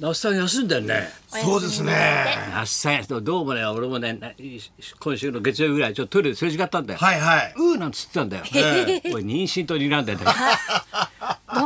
那須さん休んでんね。そうですね。那須さんやとどうもね俺もねない今週の月曜日ぐらいちょっとトイレですれ違ったんだよ。はいはい。うーなんつってたんだよ。俺妊娠と睨んでんだよ。どう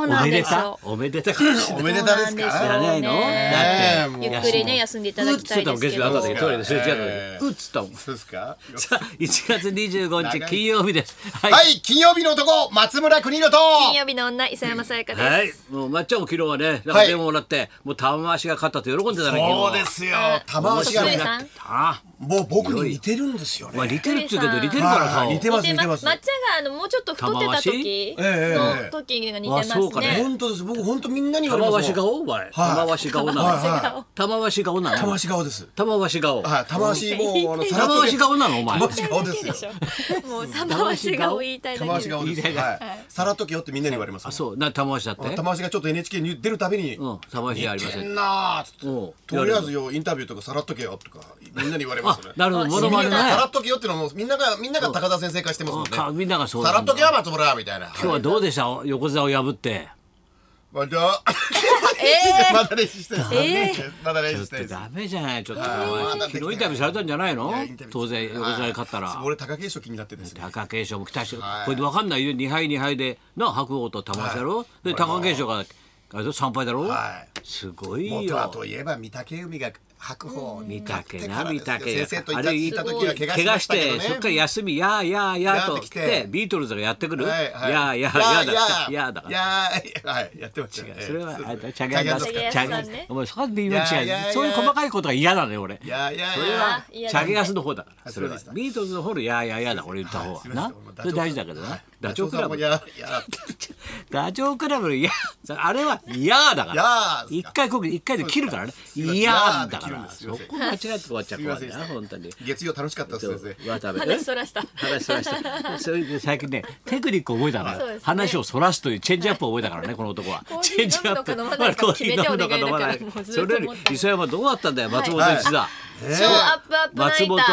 おなんめででしたょう。おめでたかもしれおない。めでたですかそうじなゃんでしょうないの？ねえだっもうてゆっくりね休んでいただきたいですけうーっつってたもん月曜日あったど。時トイレですれ違った時。うーっつったもん。そうですか。さあ1月25長日い金曜日です。ははい、金曜日の男、松村邦洋と。金曜日の女磯山さやかです。はい、もうまっちゃんも昨日はね、なんはかい電話もらって、もう玉回しが勝ったと喜んでたね、そう昨日で。すよ。玉そ足しがゅうねり。さん。ああ、もう僕に似てるんですよお前ね。似てるって言うけど、似てるからは顔。い似てます似似ててまますす。抹茶があのもうちょっと太ってた時玉鷲ええの時が似てまあすそうかねね。本当です。僕本当みんなに言われ玉ま回すしもん。顔お前。玉回し顔なはいの。は。玉回し顔ないの玉。足顔です。玉回し顔。はい、玉足もうあのさらっ玉と回し顔なの、お前玉。足顔ですよ。もう玉鷲が言いたいだ玉け足で。顔です。はい。さらっときよってみんなに言われますもん。そう、な、玉回しだって。玉足がちょっと NHK に出るたびにう。ん、玉回しありませ変ん。なーっつってうんとりあえずよインタビューとかさらっとけよとかみんなに言われますよね。なるほど、ものまみねんなさねら。っとけよってのもみんながみんなが高田先生化してますもんね。かみんながそうさならんっだ。と今けよ松村みたいな。日はどうでした、横綱を破って。また また練習してるんですねまた練ちょ習っしとてるんですダメじゃない、ちょっと。ー昨日インタビューされたんじゃないのいやインタビュー当然、横綱に勝ったら。俺貴景勝気になってですね。貴景勝も期待してる、はいこれで分かんないよ2敗2敗でな白鵬と玉鷲だろ、で貴景勝があれだ3敗だろ、はいすごい元はよといえば御嶽海が白鵬見に勝たってけかならで見すよたけ先生とあ行っれた時は怪怪我我ししててましたそっかけどらね。休みやーやーやーとやーっ来て来ててビートルズがやってくる、はいはいやーやーやーだやーだから。いやーはいやってましたよねそれはあれだチャチゲアャンゲアダンスカダスチャゲチャゲカアンアンダスカお前そこは微妙にいやい違やいうやそういう細かいことが嫌なのよ俺いやいやいやそれはチ嫌だャゲアスの方だからあそれそうはでしたビートルズの方のやーやーやーだ俺言った方ははいすいませんなもうそダれチョウ大事だけどはないダチョウ倶さん楽も部いやいやダチョウ倶楽部の「いや」あれは「いや」だかいやらーです一か回こぐ一回で切るからね「うですいや」だかいやーで切るんらですそこ間違えて終わっちゃすいま怖せんいな本当に。月曜楽しかったです先生渡辺話そらした。話そらしたそれで最近ねテクニックを覚えたかそうら、ですね話をそらすというチェンジアップを覚えたからねこの男はコーチヒェーンジアップ飲むのか飲まないかコーヒー飲むのか飲まないお願いだからもうずっとそれより磯山どうだったんだよ松本一座、ショーアップアップナ松イ本アタ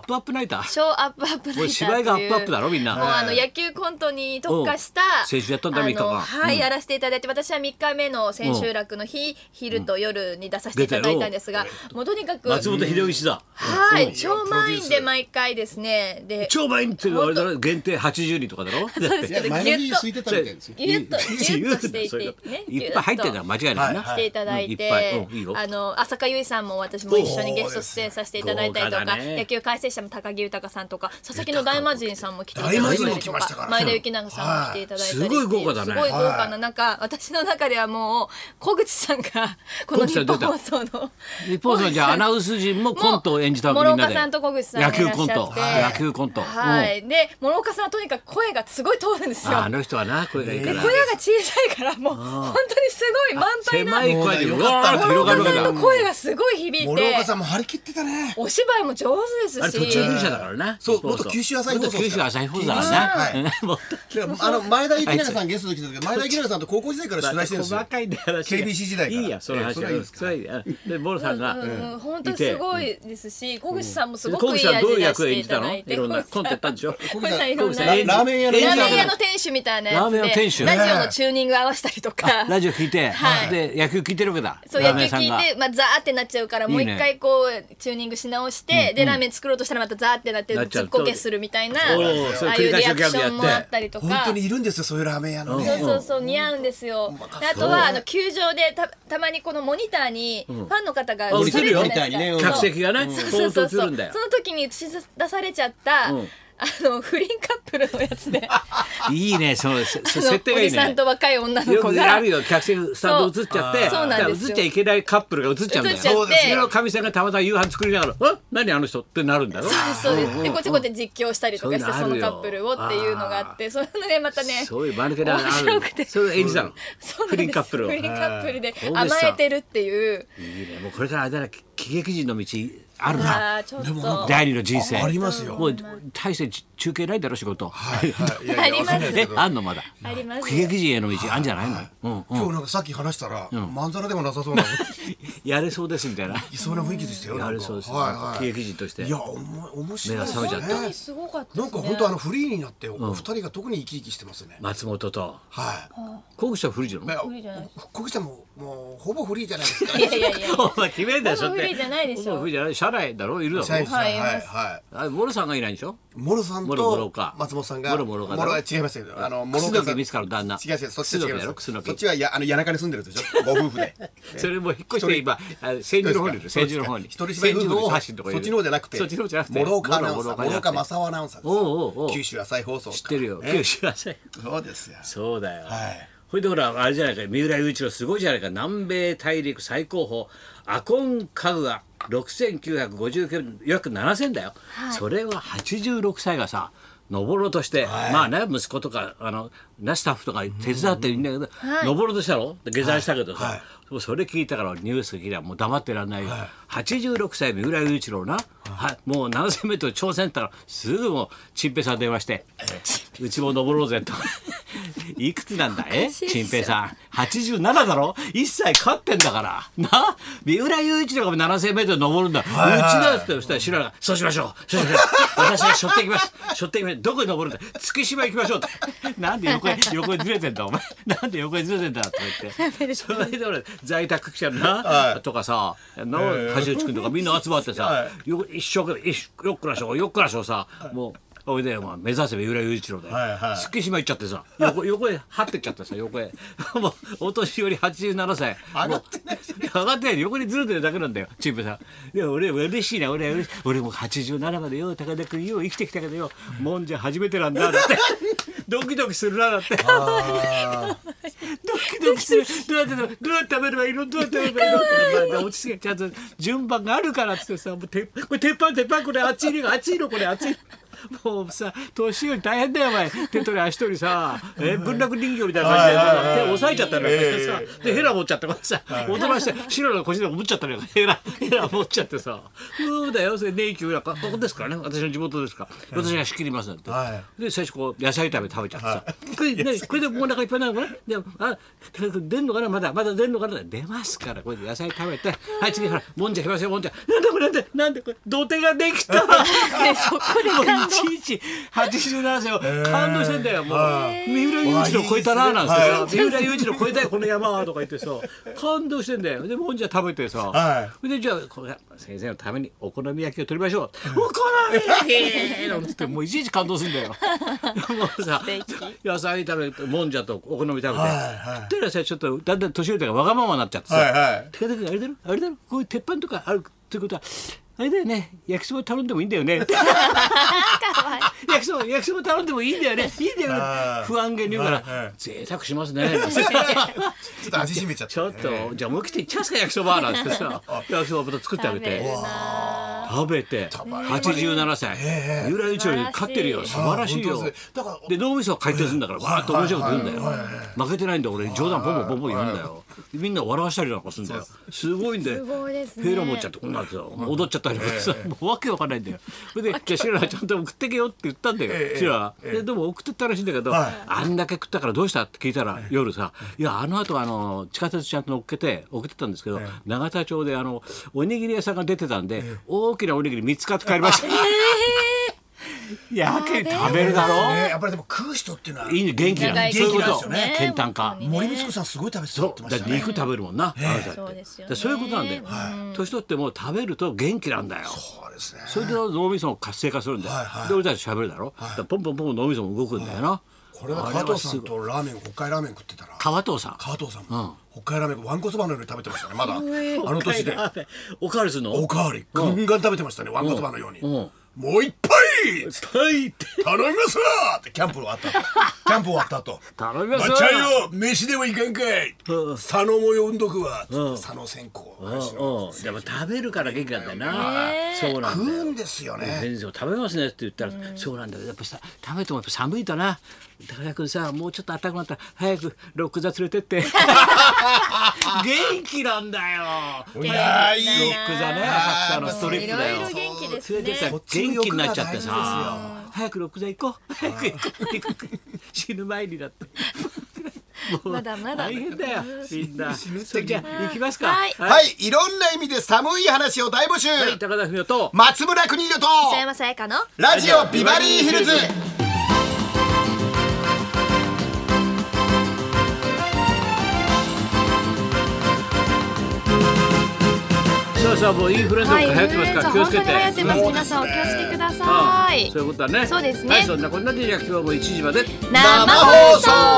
ップアップナイターショーアップアップナイターとこいれう。芝居がアップアップだろみんな、もうあの野球コントに特化したうん先週やったんだあの三日間はうんいやらせていただいて私は3日目の千秋楽の日昼と夜に出させていただいたんですがもうとにかく松本秀吉だ、はい超満員で毎回ですねで超満員っていうのはあれだろ限定80人とかだろだっていや前の日空いてたみたいですよギュッとギュッとしていそてういうねこギいュっッぱとい入ってたら間違いないな、していただいて、うんいっぱいうんいいよあの浅香唯さんも私も一緒にゲスト出演させていただいたりと豪華か、だね野球解説者も高木豊さんとか佐々木の大魔神さんも来ていただい大た魔り神もと来ましたかから前田幸永さんも来ていただいたりはっていすごい豪華だねすごい豪華な中、私の中ではもう小口さんがこの日本放送の日本さんじゃあアナウンス陣もコントを演じたわけみ諸んな岡でさんと小口さん野がい球らっコンしゃトって野球コント、はうんいで諸岡さんはとにかく声がすごい通るんですよああの人はな声がいいか声らが小さいからもう本当にすごい満杯な狭い声でうわーって諸広がる岡わけさんのだ声がすごい響い森て岡さんも張り切ってたねお芝居も上手であすれし途中入社だからなそう元九州朝日放送元九州朝日放送だからはな もっとあの前田幸永さんゲストで来てた時前田幸永さんと高校時代から取材してるんですよ細かいんだよ話が KBC 時代からいいやそのええ話それははいいですかそれはいいやでボルさんがうんうん本当いにてすごいですし小口さんもすご小く口いいさんどういう味出役しをて演いじたただのいいてろんな小口さコントやったん でしょ小口さんいろん小口なさんララ演じーメン屋のーメン屋のの店主みたいなラーやメン屋つの店主でラジオのチューニング合わせたりとか ラジオ聞いてはいで野球聞いてるわけだそうラ野ーメン屋球さん聞がいてまあザーってなっちゃうからいいもうね一回こうチューニングし直してでラーメン作ろうとしたらまたザーってなってなっちゃずうっこけするみたいなあおーそれあい繰りう返リしアクシギャグやョンっもてあったりと本か当にいるんですよそういうラーメン屋のそうねそうそう似合うんですよであとはあの球場でたたまにこのモニターにファンの方があ映るじゃない映るよみたいにねでうすんか客席がねそポうンとそうそう映そるんうだよその時に映し出されちゃった、うんあの不倫カップルのやつ であいいねそのせせの設定がおいいじさんねと若い女 のよ子くあがるよ客席スタンド映っちゃってそうそうなんですよだから映っちゃいけないカップルが映っちゃうんだよ映っちゃってそうですそれをかみさんがたまたま夕飯作りながら「ん何あの人」ってなるんだろそうです。で、こっちこっち実況したりとかして、そういうのあそのるよカップルをっていうのがあって、それのね、またね。 そういう間抜けなのある面白くてそれを演じたのそうな不んです倫カップルを不いい倫ねカップルでうん甘えてるっていう。もうこれからあれだな喜喜劇人の道あるなああ、ちょっと。でもなんか第二の人生あありますよもう大してち中継ないだろ仕事はいはいいやいやありますわかんないでえけどあんのまだあります喜劇人への道あんじゃないのうん今日なんかさっき話したらまんざらでもなさそうなやれそうですみたいないそうな雰囲気でしたよやなんれかそうですはいはい喜劇人としていや、おも、面白い目がです覚めね。ちゃった本当にすごかったですなね。んか本当あのフリーになって、お二人が特に生き生きしてますね。松本とはい。小口さん古いじゃんね、小口さんも、もうほぼフリーじゃないですかいやいやいや。お前決めんだよほぼフリーじゃないでしほょぼフリーじゃない社内だろいるだろ社員さんははいいはあモロさんがいないんでしょモロさんモロモロとか松本さんがモロモロかなは違いますけどあのモロ楠木光香の旦那い。違う違う、そっちは楠木違いやろま楠す。そ木っちはやあの谷中に住んでるでしょ。ご夫婦で。 それもう引っ越して今あ千住の方にいるそ千うで住すかの方に一人芝居夫婦千で住しのょ大橋のとこそっちの方じゃなくて。そっちの方じゃなくて諸岡アナウンサー、諸岡じゃなくて正夫アナウンサーです。おうおうおう九州朝日放送です。知ってるよね九州朝日そうですよ。そうだよ。はいほいでほらあれじゃないか三浦雄一郎すごいじゃないか南米大陸最高峰アコンカグア6959約7000だよ、それは86歳がさ登ろうとして、まあね息子とかあのなスタッフとか手伝っていいんだけど、登ろうとしたろで下山したけどさ、はいはいもうそれ聞いたからニュース聞いたらもう黙ってらんないよ、86歳三浦雄一郎な、はいもう 7000m 挑戦ったらすぐもうチンペイさん電話して「うちも登ろうぜ」と 「いくつなんだえしいっすチよンペイさん87だろ一切勝ってんだからな三浦雄一郎が 7000m 登るんだ、うちだ」っつってそしたら白良が「そうしましょうそうしましょう私が背負っていきます背負っていきますどこに登るんだ月島行きましょう」って「なんで横へ横へずれてんだお前なんで横へずれてんだ」とか言って。その間俺在宅記者のな、はいとかさな橋内君とかみんな集まってさ、はよ一生懸命一よっくらしょよっくらしょさ、もう。おいでよ、まあ、目指せ三浦雄一郎だよ、はいはい月島行っちゃってさ横横へ張ってっちゃってさ横へ もうお年寄り87歳上がってないじゃん。上がってない横にずれてるだけなんだよチンペイさんいや俺嬉しいな俺嬉しい俺もう87までよ高田君よ生きてきたけどよもんじゃ初めてなんだだってドキドキするなだってドキドキする。どうやって食べどうやって食べればいいのどうやって食べればいいのまあ落ち着けちゃんと順番があるからっつってさ、もうてこれ鉄板鉄板これ熱いの熱いのこれ熱い。もうさ年寄り大変だよお前手取り足取りさえ文楽人形みたいな感じではいはいはい手押さえちゃったのよ、えさでヘラ持っちゃってこれさ大人して白の腰で持っちゃったのよヘラヘラ持っちゃってさ「そうだよそれネイキューだからここですからね私の地元ですから私が仕切ります」なんて、はで最初こう野菜炒め食べちゃってさ、これ何これでもうお腹いっぱいなのかなであ出んのかなまだまだ出んのかな出ますからこれで野菜食べてはい次ほらもんじゃ来ますよもんじゃなんだこれなんだなんでこれ土手ができたそこでもういちいち87歳を感動してんだよもう三浦雄一郎超えたななんてさ三浦雄一郎超えたよこの山はとか言ってさ感動してんだよでもんじゃ食べてさ、はでじゃあこれ先生のためにお好み焼きを取りましょうお好み焼きなんつってもういちいち感動す るんだよもうさ野菜炒めてもんじゃとお好み食べて、はでさちょっとだんだん年寄りだからわがままになっちゃってさ、はいはい。高田君あれだろあれだろこういう鉄板とかあるってことはあれだよね焼きそば頼んでもいいんだよ ね焼きそば焼きそば頼んでもいいんだよねいいんだよはねい不安げに言うから、はいはい贅沢しますねちょっと味しめちゃった。ちょっとじゃあ思い切っていっちゃいますか焼きそばなんて さ焼きそばまた作ってあげて食べて87歳三浦雄一郎に勝ってるよ素晴らしいあよ本当ですねだからで脳みそは回転するんだからわーっと面白いこと言うんだよ負けてないんだ俺冗談ポンポンポンポン言うんだよみんな笑わしたりなんかするんだよすごいんだよすごいですねヘロ持っちゃってこんなんでさ踊っちゃったりとかさもうわけわかんないんだよそれでじゃあシラちゃんと送ってけよって言ったんだよシラででも送ってったらしいんだけどはいあんだけ食ったからどうしたって聞いたら夜さ「いやあの後あの地下鉄ちゃんと乗っけて送ってたんですけど永田町であのおにぎり屋さんが出てたんで大きなおにぎり見つかって帰りました」やけに食べるだろねやっぱりでも食う人っていうのはいいね元気なの長いそういうこ元気なんでとすよね健胆化本当に森光子さんすごい食べてたって言だってまからしたね肉食べるもんな、あなたってそうですだよねからそういうことなんだよ、年取っても食べると元気なんだよそうですねそれで脳みそも活性化するんだよ、はいはいで俺たち喋るだろ、だからポンポンポンポン脳みそも動くんだよな、これは加藤さんとラーメン北海ラーメン食ってたら川藤さん加藤さんも北海ラーメンわんこそばのように食べてましたねまだあの年でおかわりするのおかわりガンガン食べてましたねわんこそばのようにんうんもう一杯はいって頼みますわってキャンプ終わった後 キャンプ終わった後頼みままっすちゃんよ飯でもいかんかいうん佐野も呼んどくわ佐野線香うんうんでも食べるから元気なんだよな、そうなん食だようんですよね先生食べますねって言ったら、そうなんだよやっぱさ食べてもやっぱ寒いとな高田君さもうちょっと暖かくなったら早くロック座連れてって元気なんだよいやいい。ロック座ね浅草のストリッいプろだいよろ元気です連れてったね。ら元気になっちゃってさ早くロック座行こう早く行こう行こう死ぬ前にだって。もうまだまだ大変だよみんなぬ時にそれじゃあ行きますかはいはい、いろんな意味で寒い話を大募集。はい高田文夫と松村邦洋と。北山さやかのラジオビバリーヒルズ。さんもインフルエンザとか流行ってますから気を本つけ当にて流行ってます。皆さんお気をつけくださはいいそう。いうことだねそうですねはいそんなこんなでじゃあ今日も1時まで生放送